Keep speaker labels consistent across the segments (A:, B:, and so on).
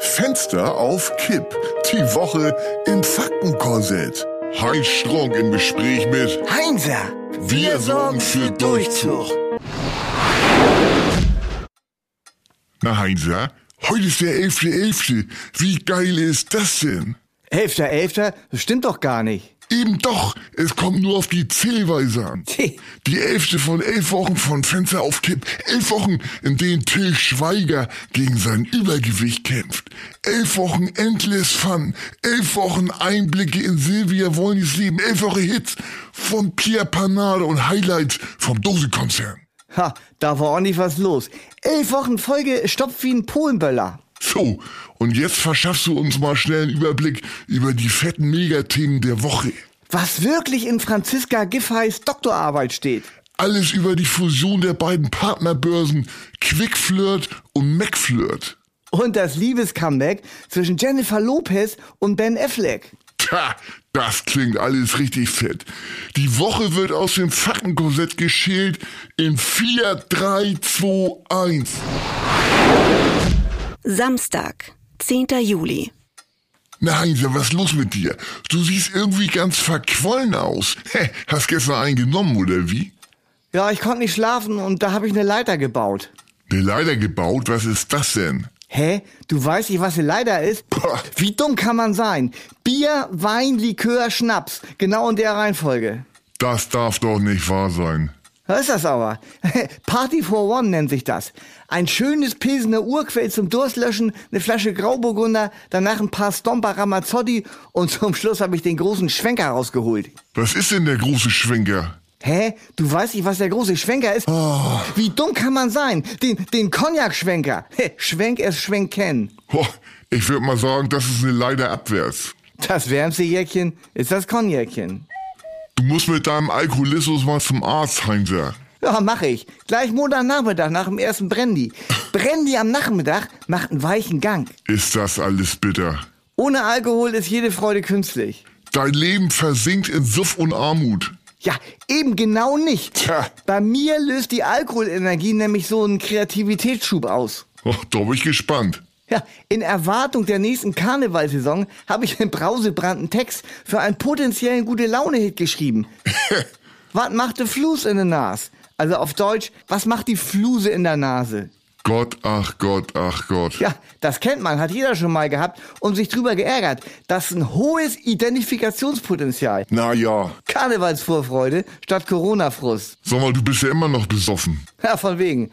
A: Fenster auf Kipp. Die Woche im Faktenkorsett. Heinz Strunk im Gespräch mit
B: Heinzer,
A: Wir sorgen für Durchzug. Na Heinzer, heute ist der 11.11. Wie geil ist das denn?
B: Elfter, Elfter, das stimmt doch gar nicht.
A: Eben doch, es kommt nur auf die Zählweise an.
B: Tch.
A: Die elfte von elf Wochen von Fenster auf Kipp. Elf Wochen, in denen Till Schweiger gegen sein Übergewicht kämpft. Elf Wochen Endless Fun. Elf Wochen Einblicke in Silvia Wollnis Leben. Elf Wochen Hits von Pierre Panade und Highlights vom Dose-Konzern.
B: Ha, da war ordentlich was los. Elf Wochen Folge stopft wie ein Polenböller.
A: So, und jetzt verschaffst du uns mal schnell einen Überblick über die fetten Megathemen der Woche.
B: Was wirklich in Franziska Giffey's Doktorarbeit steht.
A: Alles über die Fusion der beiden Partnerbörsen Quickflirt und MacFlirt.
B: Und das Liebescomeback zwischen Jennifer Lopez und Ben Affleck.
A: Tja, das klingt alles richtig fett. Die Woche wird aus dem Fackenkorsett geschält in 4, 3, 2, 1.
C: Samstag, 10. Juli.
A: Na Heinze, was ist los mit dir? Du siehst irgendwie ganz verquollen aus. Hä, hast gestern einen genommen, oder wie?
B: Ja, ich konnte nicht schlafen und da habe ich eine Leiter gebaut.
A: Ne, leider gebaut, was ist das denn?
B: Hä? Du weißt nicht, was eine Leiter ist?
A: Boah.
B: Wie dumm kann man sein? Bier, Wein, Likör, Schnaps. Genau in der Reihenfolge.
A: Das darf doch nicht wahr sein.
B: Da ist das aber. Party for One nennt sich das. Ein schönes Pilsener Urquell zum Durstlöschen, eine Flasche Grauburgunder, danach ein paar Stomper Ramazzotti und zum Schluss habe ich den großen Schwenker rausgeholt.
A: Was ist denn der große Schwenker? Oh,
B: Hä? Du weißt nicht, was der große Schwenker ist? Wie dumm kann man sein? Den, den Cognac-Schwenker. Hä, Schwenk es Schwenken.
A: Ho, oh, ich würde mal sagen, das ist eine Leider abwärts.
B: Das wärmste Jäckchen ist das Cognacchen.
A: Du musst mit deinem Alkoholismus mal zum Arzt, Heinzer.
B: Ja, mache ich. Gleich Montagnachmittag nach dem ersten Brandy. Brandy am Nachmittag macht einen weichen Gang.
A: Ist das alles bitter.
B: Ohne Alkohol ist jede Freude künstlich.
A: Dein Leben versinkt in Suff und Armut.
B: Ja, eben genau nicht.
A: Tja.
B: Bei mir löst die Alkoholenergie nämlich so einen Kreativitätsschub aus.
A: Och, Oh, da bin ich gespannt.
B: Ja, in Erwartung der nächsten Karnevalsaison habe ich im Brausebrand einen Text für einen potenziellen Gute-Laune-Hit geschrieben. was macht die Flus in der Nase? Also auf Deutsch, was macht die Fluse in der Nase?
A: Gott, ach Gott, ach Gott.
B: Ja, das kennt man, hat jeder schon mal gehabt und sich drüber geärgert. Das ist ein hohes Identifikationspotenzial.
A: Na ja.
B: Karnevalsvorfreude statt Corona-Frust.
A: Sag mal, du bist ja immer noch besoffen.
B: Ja, von wegen.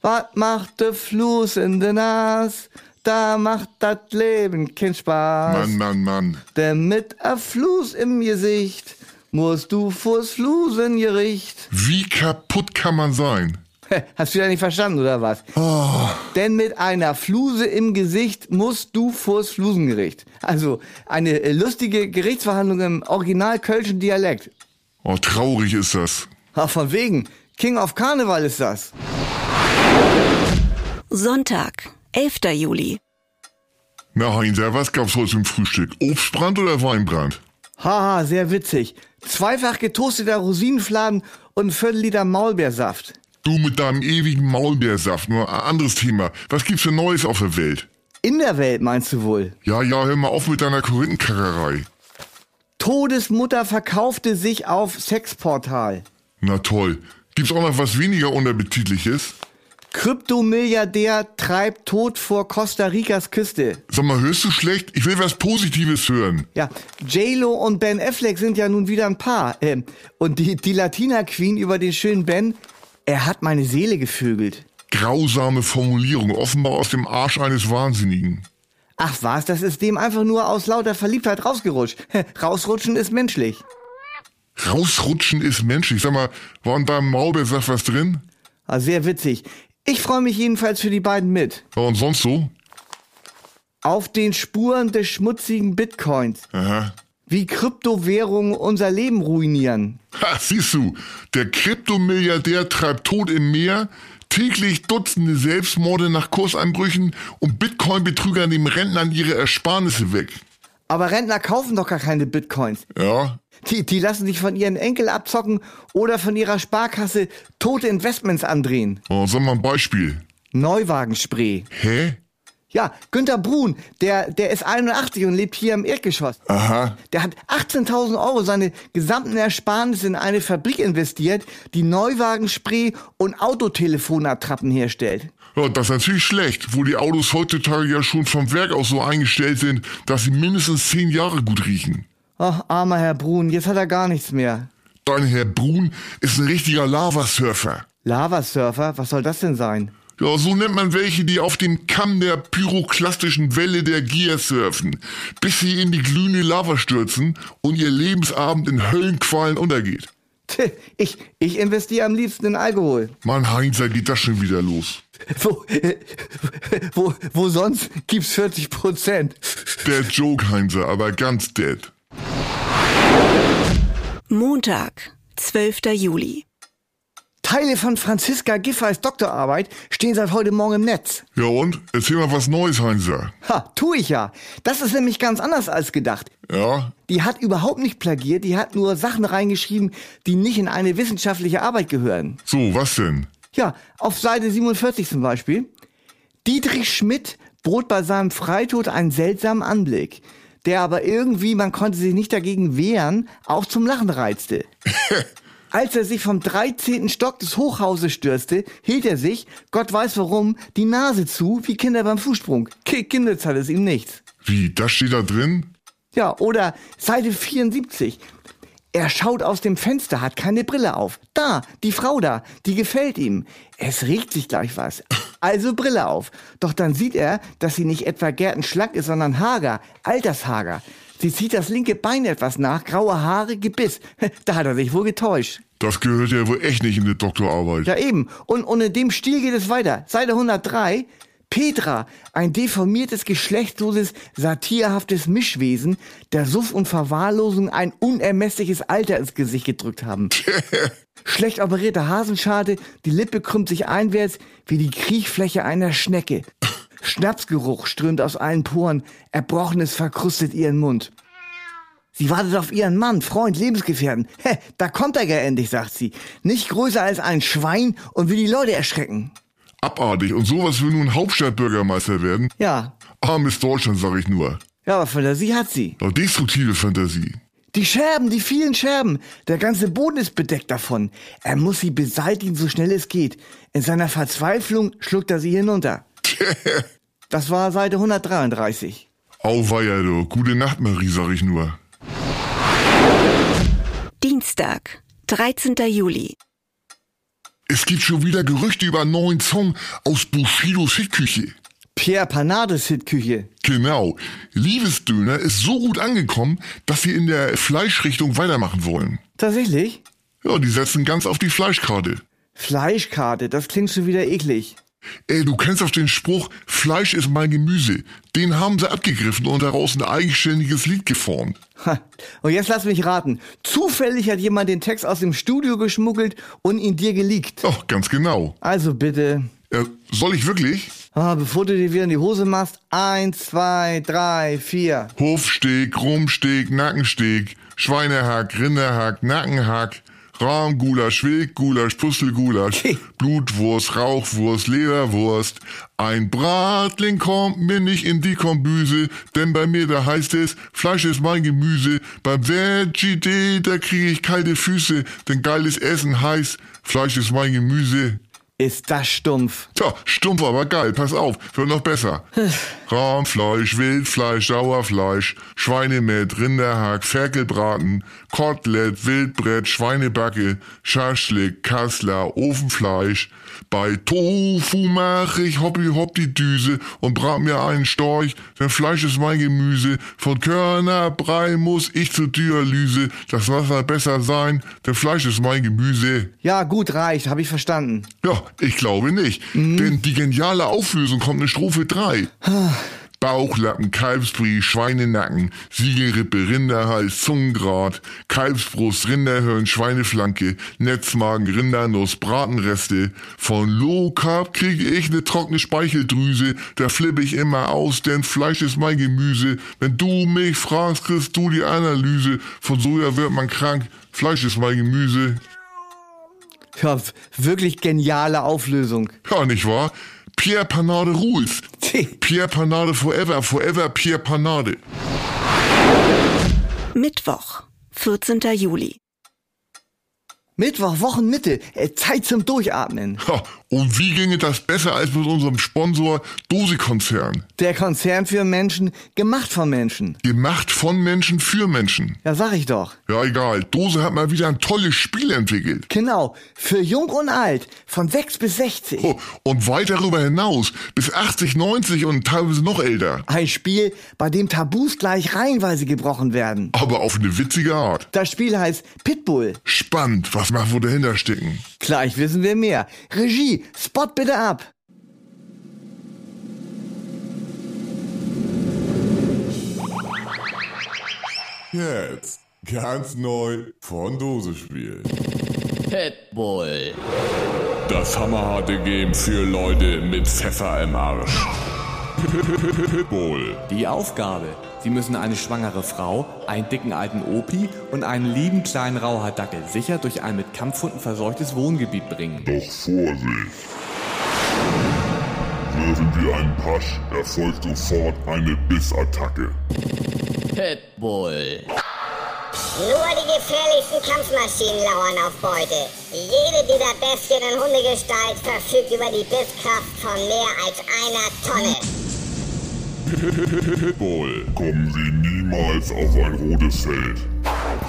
B: Was macht der Fluss in der Nas? Da macht das Leben keinen Spaß.
A: Mann, Mann, Mann.
B: Denn mit a Fluss im Gesicht musst du vors Flusengericht.
A: Wie kaputt kann man sein?
B: Hast du ja nicht verstanden, oder was? Denn mit einer Fluse im Gesicht musst du vors Flusengericht. Also eine äh, lustige Gerichtsverhandlung im original kölschen Dialekt.
A: Oh, traurig ist das.
B: Ah, von wegen. King of Karneval ist das.
C: Sonntag, 11. Juli.
A: Na, Heinzer, was gab's heute zum Frühstück? Obstbrand oder Weinbrand?
B: Haha, sehr witzig. Zweifach getoasteter Rosinenfladen und ein Viertel Liter Maulbeersaft.
A: Du mit deinem ewigen Maulbeersaft, nur ein anderes Thema. Was gibt's denn Neues auf der Welt?
B: In der Welt meinst du wohl?
A: Ja, ja, hör mal auf mit deiner Korinthenkackerei.
B: Todesmutter verkaufte sich auf Sexportal.
A: Na toll. Gibt's auch noch was weniger unappetitliches?
B: Kryptomilliardär treibt tot vor Costa Ricas Küste.
A: Sag mal, hörst du schlecht? Ich will was Positives hören.
B: Ja, J-Lo und Ben Affleck sind ja nun wieder ein Paar. Ähm, und die, die Latina-Queen über den schönen Ben, er hat meine Seele gevögelt.
A: Grausame Formulierung, offenbar aus dem Arsch eines Wahnsinnigen.
B: Ach was, das ist dem einfach nur aus lauter Verliebtheit rausgerutscht. Rausrutschen ist menschlich.
A: Rausrutschen ist menschlich. Sag mal, war in deinem Maulbeersaft was drin?
B: Ah, sehr witzig. Ich freue mich jedenfalls für die beiden mit.
A: Ja, und sonst so?
B: Auf den Spuren des schmutzigen Bitcoins.
A: Aha.
B: Wie Kryptowährungen unser Leben ruinieren.
A: Ha, siehst du, der Kryptomilliardär treibt Tod im Meer, täglich Dutzende Selbstmorde nach Kurseinbrüchen und Bitcoin-Betrüger nehmen Rentnern ihre Ersparnisse weg.
B: Aber Rentner kaufen doch gar keine Bitcoins.
A: Ja,
B: Die, die lassen sich von ihren Enkel abzocken oder von ihrer Sparkasse tote Investments andrehen.
A: oh, sag mal ein Beispiel.
B: Neuwagenspray.
A: Hä?
B: Ja, Günther Brun, der, der ist 81 und lebt hier im Erdgeschoss.
A: Aha.
B: Der hat 18.000 Euro seine gesamten Ersparnisse in eine Fabrik investiert, die Neuwagenspray und Autotelefonattrappen herstellt.
A: Ja, das ist natürlich schlecht, wo die Autos heutzutage ja schon vom Werk aus so eingestellt sind, dass sie mindestens zehn Jahre gut riechen.
B: Ach, armer Herr Brun, jetzt hat er gar nichts mehr.
A: Dein Herr Brun ist ein richtiger Lavasurfer.
B: Lavasurfer, was soll das denn sein?
A: Ja, so nennt man welche, die auf dem Kamm der pyroklastischen Welle der Gier surfen, bis sie in die glühende Lava stürzen und ihr Lebensabend in Höllenqualen untergeht.
B: Tch, Ich, ich investiere am liebsten in Alkohol.
A: Mann, Heinz, da geht das schon wieder los.
B: Wo, wo, wo sonst gibt's 40 Prozent?
A: Der Joke, Heinzer, aber ganz dead.
C: Montag, 12. Juli.
B: Teile von Franziska Giffey's Doktorarbeit stehen seit heute Morgen im Netz.
A: Ja und? Erzähl mal was Neues, Heinzer.
B: Ha, tu ich ja. Das ist nämlich ganz anders als gedacht.
A: Ja?
B: Die hat überhaupt nicht plagiert, die hat nur Sachen reingeschrieben, die nicht in eine wissenschaftliche Arbeit gehören.
A: So, was denn?
B: Ja, auf Seite 47 zum Beispiel. Dietrich Schmidt bot bei seinem Freitod einen seltsamen Anblick, der aber irgendwie, man konnte sich nicht dagegen wehren, auch zum Lachen reizte. Als er sich vom 13. Stock des Hochhauses stürzte, hielt er sich, Gott weiß warum, die Nase zu, wie Kinder beim Fußsprung. Ki- Kindels hat es ihm nichts.
A: Wie, das steht da drin?
B: Ja, oder Seite 74. Er schaut aus dem Fenster, hat keine Brille auf. Da, die Frau da, die gefällt ihm. Es regt sich gleich was. Also Brille auf. Doch dann sieht er, dass sie nicht etwa Gertenschlack ist, sondern hager, altershager. Sie zieht das linke Bein etwas nach, graue Haare, Gebiss. Da hat er sich wohl getäuscht.
A: Das gehört ja wohl echt nicht in eine Doktorarbeit.
B: Ja, eben. Und, und in dem Stil geht es weiter. Seite 103. Petra, ein deformiertes, geschlechtsloses, satirhaftes Mischwesen, der Suff und Verwahrlosung ein unermessliches Alter ins Gesicht gedrückt haben. Schlecht operierte Hasenscharte, die Lippe krümmt sich einwärts wie die Kriechfläche einer Schnecke. Schnapsgeruch strömt aus allen Poren, Erbrochenes verkrustet ihren Mund. Sie wartet auf ihren Mann, Freund, Lebensgefährten. Hä, da kommt er ja endlich, sagt sie. Nicht größer als ein Schwein und will die Leute erschrecken.
A: Abartig. Und sowas will nun Hauptstadtbürgermeister werden?
B: Ja,
A: Armes Deutschland, sag ich nur.
B: ja, aber Fantasie hat sie.
A: Ja, destruktive Fantasie.
B: Die Scherben, die vielen Scherben. Der ganze Boden ist bedeckt davon. Er muss sie beseitigen, so schnell es geht. In seiner Verzweiflung schluckt er sie hinunter. Das war Seite 133.
A: Auweia, du. Gute Nacht, Marie, sag ich nur.
C: Dienstag, 13. Juli.
A: Es gibt schon wieder Gerüchte über einen neuen Song aus Bushidos Hitküche.
B: Pierre Panades Hitküche.
A: Genau. Liebesdöner ist so gut angekommen, dass sie in der Fleischrichtung weitermachen wollen.
B: Tatsächlich?
A: Ja, die setzen ganz auf die Fleischkarte.
B: Fleischkarte, das klingt schon wieder eklig.
A: Ey, du kennst doch den Spruch, Fleisch ist mein Gemüse. Den haben sie abgegriffen und daraus ein eigenständiges Lied geformt.
B: Ha, Und jetzt lass mich raten. Zufällig hat jemand den Text aus dem Studio geschmuggelt und ihn dir geleakt.
A: Ja, ganz genau.
B: Also bitte.
A: Äh, soll ich wirklich?
B: Ah, bevor du dir wieder in die Hose machst. Eins, zwei, drei, vier.
A: Hofsteg, Rumpsteg, Nackensteg, Schweinehack, Rinderhack, Nackenhack, Rahmgulasch, Wildgulasch, Pusselgulasch, Blutwurst, Rauchwurst, Leberwurst. Ein Bratling kommt mir nicht in die Kombüse, denn bei mir da heißt es, Fleisch ist mein Gemüse. Beim Veggie Day, da kriege ich kalte Füße, denn geiles Essen heißt, Fleisch ist mein Gemüse.
B: Ist das stumpf.
A: Tja, stumpf, aber geil. Pass auf, wird noch besser. Rahmfleisch, Wildfleisch, Sauerfleisch, Schweinemett, Rinderhack, Ferkelbraten, Kotelett, Wildbrett, Schweinebacke, Schaschlik, Kassler, Ofenfleisch. Bei Tofu mache ich hoppi hopp die Düse und brat mir einen Storch, denn Fleisch ist mein Gemüse. Von Körnerbrei muss ich zur Dialyse. Das Wasser besser sein, denn Fleisch ist mein Gemüse.
B: Ja, gut, reicht. Habe ich verstanden.
A: Ja, ich glaube nicht. Denn die geniale Auflösung kommt in Strophe 3. Bauchlappen, Kalbsbrie, Schweinenacken, Siegelrippe, Rinderhals, Zungengrad, Kalbsbrust, Rinderhirn, Schweineflanke, Netzmagen, Rindernuss, Bratenreste. Von Low Carb kriege ich eine trockene Speicheldrüse, da flippe ich immer aus, denn Fleisch ist mein Gemüse. Wenn du mich fragst, kriegst du die Analyse. Von Soja wird man krank, Fleisch ist mein Gemüse.
B: Ja, w- wirklich geniale Auflösung.
A: Ja, nicht wahr? Pierre Panade Rules.
B: Tee.
A: Pierre Panade Forever, Forever Pierre Panade.
C: Mittwoch, 14. Juli.
B: Mittwoch, Wochenmitte. Äh, Zeit zum Durchatmen.
A: Ha, und wie ginge das besser als mit unserem Sponsor Dose-Konzern?
B: Der Konzern für Menschen, gemacht von Menschen.
A: Gemacht von Menschen für Menschen.
B: Ja, sag ich doch.
A: Ja, egal. Dose hat mal wieder ein tolles Spiel entwickelt.
B: Genau. Für jung und alt. Von 6 bis 60.
A: Oh, und weit darüber hinaus. Bis 80, 90 und teilweise noch älter.
B: Ein Spiel, bei dem Tabus gleich reihenweise gebrochen werden.
A: Aber auf eine witzige Art.
B: Das Spiel heißt Pitbull.
A: Spannend, was mag wohl dahinter stecken?
B: Gleich wissen wir mehr. Regie, Spot bitte ab.
D: Jetzt ganz neu von Dose spielen.
E: Pitbull.
D: Das hammerharte Game für Leute mit Pfeffer im Arsch. Pitbull.
E: Die Aufgabe. Sie müssen eine schwangere Frau, einen dicken alten Opi und einen lieben kleinen Rauhaardackel sicher durch ein mit Kampfhunden verseuchtes Wohngebiet bringen.
F: Doch Vorsicht! Würfen wir einen Pasch, erfolgt sofort eine Bissattacke.
E: Pitbull.
G: Nur die gefährlichsten Kampfmaschinen lauern auf Beute. Jede dieser Bestien in Hundegestalt verfügt über die Bisskraft von mehr als einer Tonne.
D: Pitbull.
F: Kommen Sie niemals auf ein rotes Feld.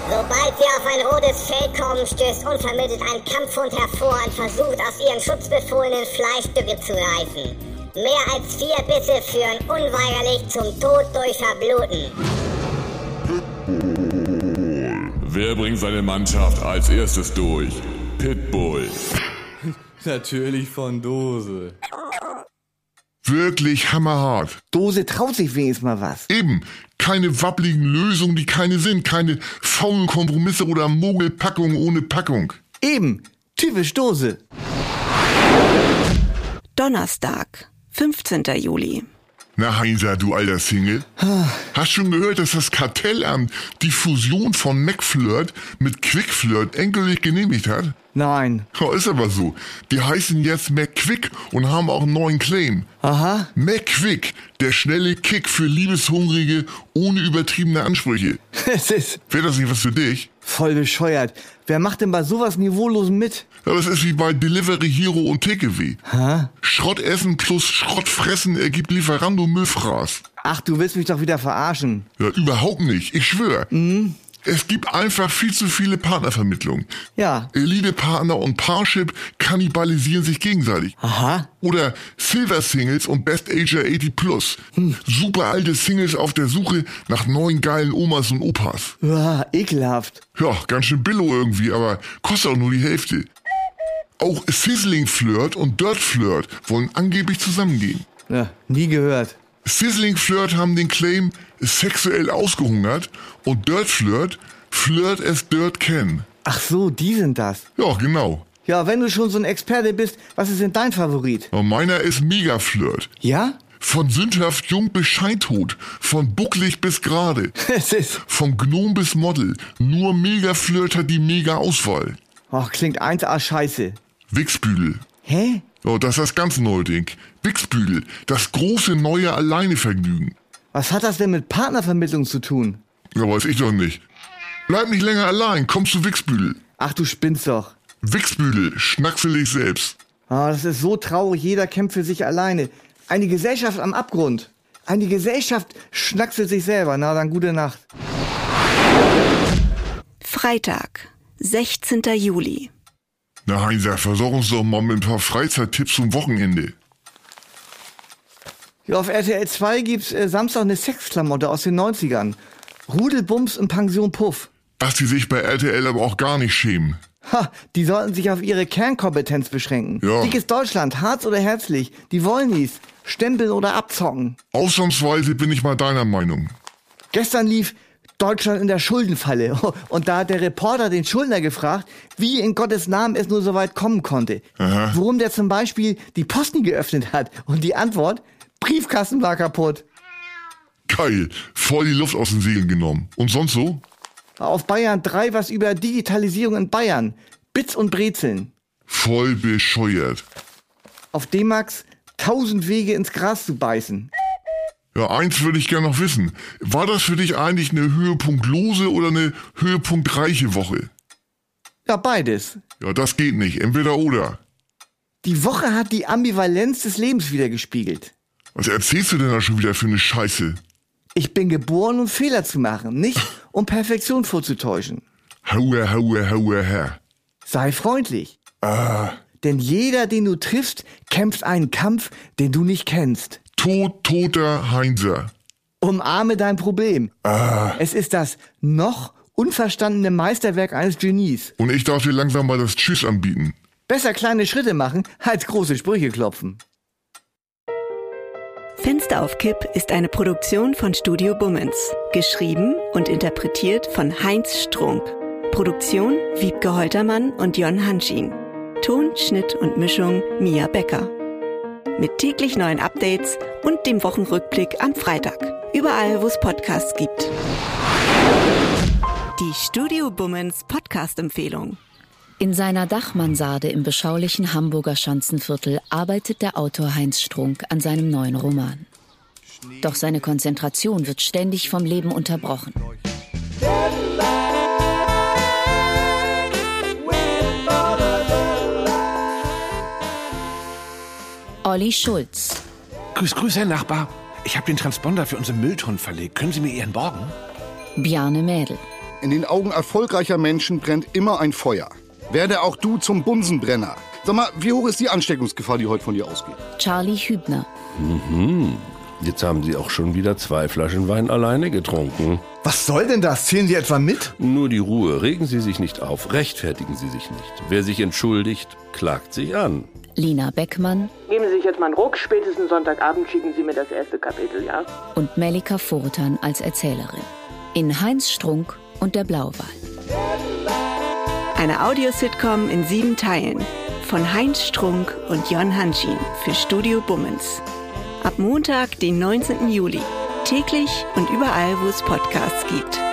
G: Sobald sie auf ein rotes Feld kommen, stößt unvermittelt ein Kampfhund hervor und versucht aus ihren schutzbefohlenen Fleischstücke zu reißen. Mehr als vier Bisse führen unweigerlich zum Tod durch Verbluten.
D: Wer bringt seine Mannschaft als erstes durch? Pitbull.
E: Natürlich von Dose.
A: Wirklich hammerhart.
B: Dose traut sich wenigstens mal was.
A: Eben, keine wabbligen Lösungen, die keine sind, keine faulen Kompromisse oder Mogelpackung ohne Packung.
B: Eben. Typisch Dose.
C: Donnerstag, 15. Juli.
A: Na Heinzer, du alter Single. Hast schon gehört, dass das Kartellamt die Fusion von McFlirt mit QuickFlirt endgültig genehmigt hat?
B: Nein.
A: Ja, ist aber so. Die heißen jetzt McQuick und haben auch einen neuen Claim.
B: Aha.
A: McQuick, der schnelle Kick für Liebeshungrige ohne übertriebene Ansprüche.
B: Es ist
A: Wäre das nicht was für dich?
B: voll bescheuert. Wer macht denn bei sowas Niveaulosen mit?
A: Ja, das ist wie bei Delivery Hero und TKW. Schrottessen plus Schrottfressen ergibt Lieferando Müllfraß.
B: Ach, du willst mich doch wieder verarschen.
A: Ja, überhaupt nicht, ich schwöre. Es gibt einfach viel zu viele Partnervermittlungen.
B: Ja.
A: Elite-Partner und Parship kannibalisieren sich gegenseitig.
B: Aha.
A: Oder Silver Singles und Best Ager 80 Plus. Super alte Singles auf der Suche nach neuen geilen Omas und Opas.
B: Uah, ekelhaft.
A: Ja, ganz schön Billo irgendwie, aber kostet auch nur die Hälfte. Auch Sizzling Flirt und Dirt Flirt wollen angeblich zusammengehen.
B: Ja, nie gehört.
A: Sizzling Flirt haben den Claim sexuell ausgehungert und Dirt Flirt Flirt as Dirt can.
B: Ach so, die sind das.
A: Ja, genau.
B: Ja, wenn du schon so ein Experte bist, was ist denn dein Favorit?
A: Und meiner ist Mega Flirt.
B: Ja?
A: Von sündhaft jung bis scheintot, von bucklig bis gerade,
B: Es ist.
A: von Gnom bis Model. Nur Mega Flirt hat die Mega Auswahl.
B: Oh, klingt 1A scheiße.
A: Wichsbügel.
B: Hä?
A: Oh, das ist das ganz neue Ding. Wichsbügel, das große neue Alleinevergnügen.
B: Was hat das denn mit Partnervermittlung zu tun?
A: Ja, weiß ich doch nicht. Bleib nicht länger allein, komm zu Wichsbügel.
B: Ach, du spinnst doch.
A: Wichsbügel, schnacksel dich selbst.
B: Ah, das ist so traurig, jeder kämpft für sich alleine. Eine Gesellschaft am Abgrund. Eine Gesellschaft schnackselt sich selber. Na dann, gute Nacht.
C: Freitag, 16. Juli.
A: Na Heinzer, versorg uns doch mal mit ein paar Freizeittipps zum Wochenende.
B: Ja, auf RTL 2 gibt's äh, Samstag eine Sexklamotte aus den 90ern. Rudelbums und Pension Puff.
A: Dass die sich bei RTL aber auch gar nicht schämen.
B: Ha, die sollten sich auf ihre Kernkompetenz beschränken.
A: Ja.
B: Dickes Deutschland, Harz oder herzlich, die wollen dies. Stempeln oder abzocken.
A: Ausnahmsweise bin ich mal deiner Meinung.
B: Gestern lief Deutschland in der Schuldenfalle. Und da hat der Reporter den Schuldner gefragt, wie in Gottes Namen es nur so weit kommen konnte.
A: Aha.
B: Worum der zum Beispiel die Post nie geöffnet hat. Und die Antwort, Briefkasten war kaputt.
A: Geil, voll die Luft aus den Segeln genommen. Und sonst so?
B: Auf Bayern 3 was über Digitalisierung in Bayern. Bits und Brezeln.
A: Voll bescheuert.
B: Auf D-Max tausend Wege ins Gras zu beißen.
A: Ja, eins würde ich gerne noch wissen. War das für dich eigentlich eine höhepunktlose oder eine höhepunktreiche Woche?
B: Ja, beides.
A: Ja, das geht nicht. Entweder oder.
B: Die Woche hat die Ambivalenz des Lebens wiedergespiegelt.
A: Was erzählst du denn da schon wieder für eine Scheiße?
B: Ich bin geboren, um Fehler zu machen, nicht um Perfektion vorzutäuschen.
A: Haue, haue, haue, Herr.
B: Sei freundlich. Denn jeder, den du triffst, kämpft einen Kampf, den du nicht kennst.
A: Tod, toter Heinzer.
B: Umarme dein Problem. Es ist das noch unverstandene Meisterwerk eines Genies.
A: Und ich darf dir langsam mal das Tschüss anbieten.
B: Besser kleine Schritte machen, als große Sprüche klopfen.
C: Fenster auf Kipp ist eine Produktion von Studio Bummens. Geschrieben und interpretiert von Heinz Strunk. Produktion Wiebke Holtermann und Jon Hanschin. Ton, Schnitt und Mischung Mia Becker. Mit täglich neuen Updates und dem Wochenrückblick am Freitag. Überall, wo es Podcasts gibt. Die Studio Bummens Podcast-Empfehlung.
H: In seiner Dachmansarde im beschaulichen Hamburger Schanzenviertel arbeitet der Autor Heinz Strunk an seinem neuen Roman. Doch seine Konzentration wird ständig vom Leben unterbrochen. Olli Schulz,
I: Grüß, grüß, Herr Nachbar. Ich habe den Transponder für unseren Müllton verlegt. Können Sie mir Ihren borgen?
H: Bjarne Mädel,
J: In den Augen erfolgreicher Menschen brennt immer ein Feuer. Werde auch du zum Bunsenbrenner. Sag mal, wie hoch ist die Ansteckungsgefahr, die heute von dir ausgeht?
H: Charlie Hübner,
K: Jetzt haben Sie auch schon wieder zwei Flaschen Wein alleine getrunken.
B: Was soll denn das? Zählen Sie etwa mit?
K: Nur die Ruhe, regen Sie sich nicht auf, rechtfertigen Sie sich nicht. Wer sich entschuldigt, klagt sich an.
H: Lina Beckmann
L: Geben Sie sich jetzt mal einen Ruck. Spätestens Sonntagabend schicken Sie mir das erste Kapitel, ja?
H: und Melika Furtan als Erzählerin. In Heinz Strunk und der Blauwal.
C: Eine Audiositcom in sieben Teilen von Heinz Strunk und Jon Hanschin für Studio Bummens. Ab Montag, den 19. Juli. Täglich und überall, wo es Podcasts gibt.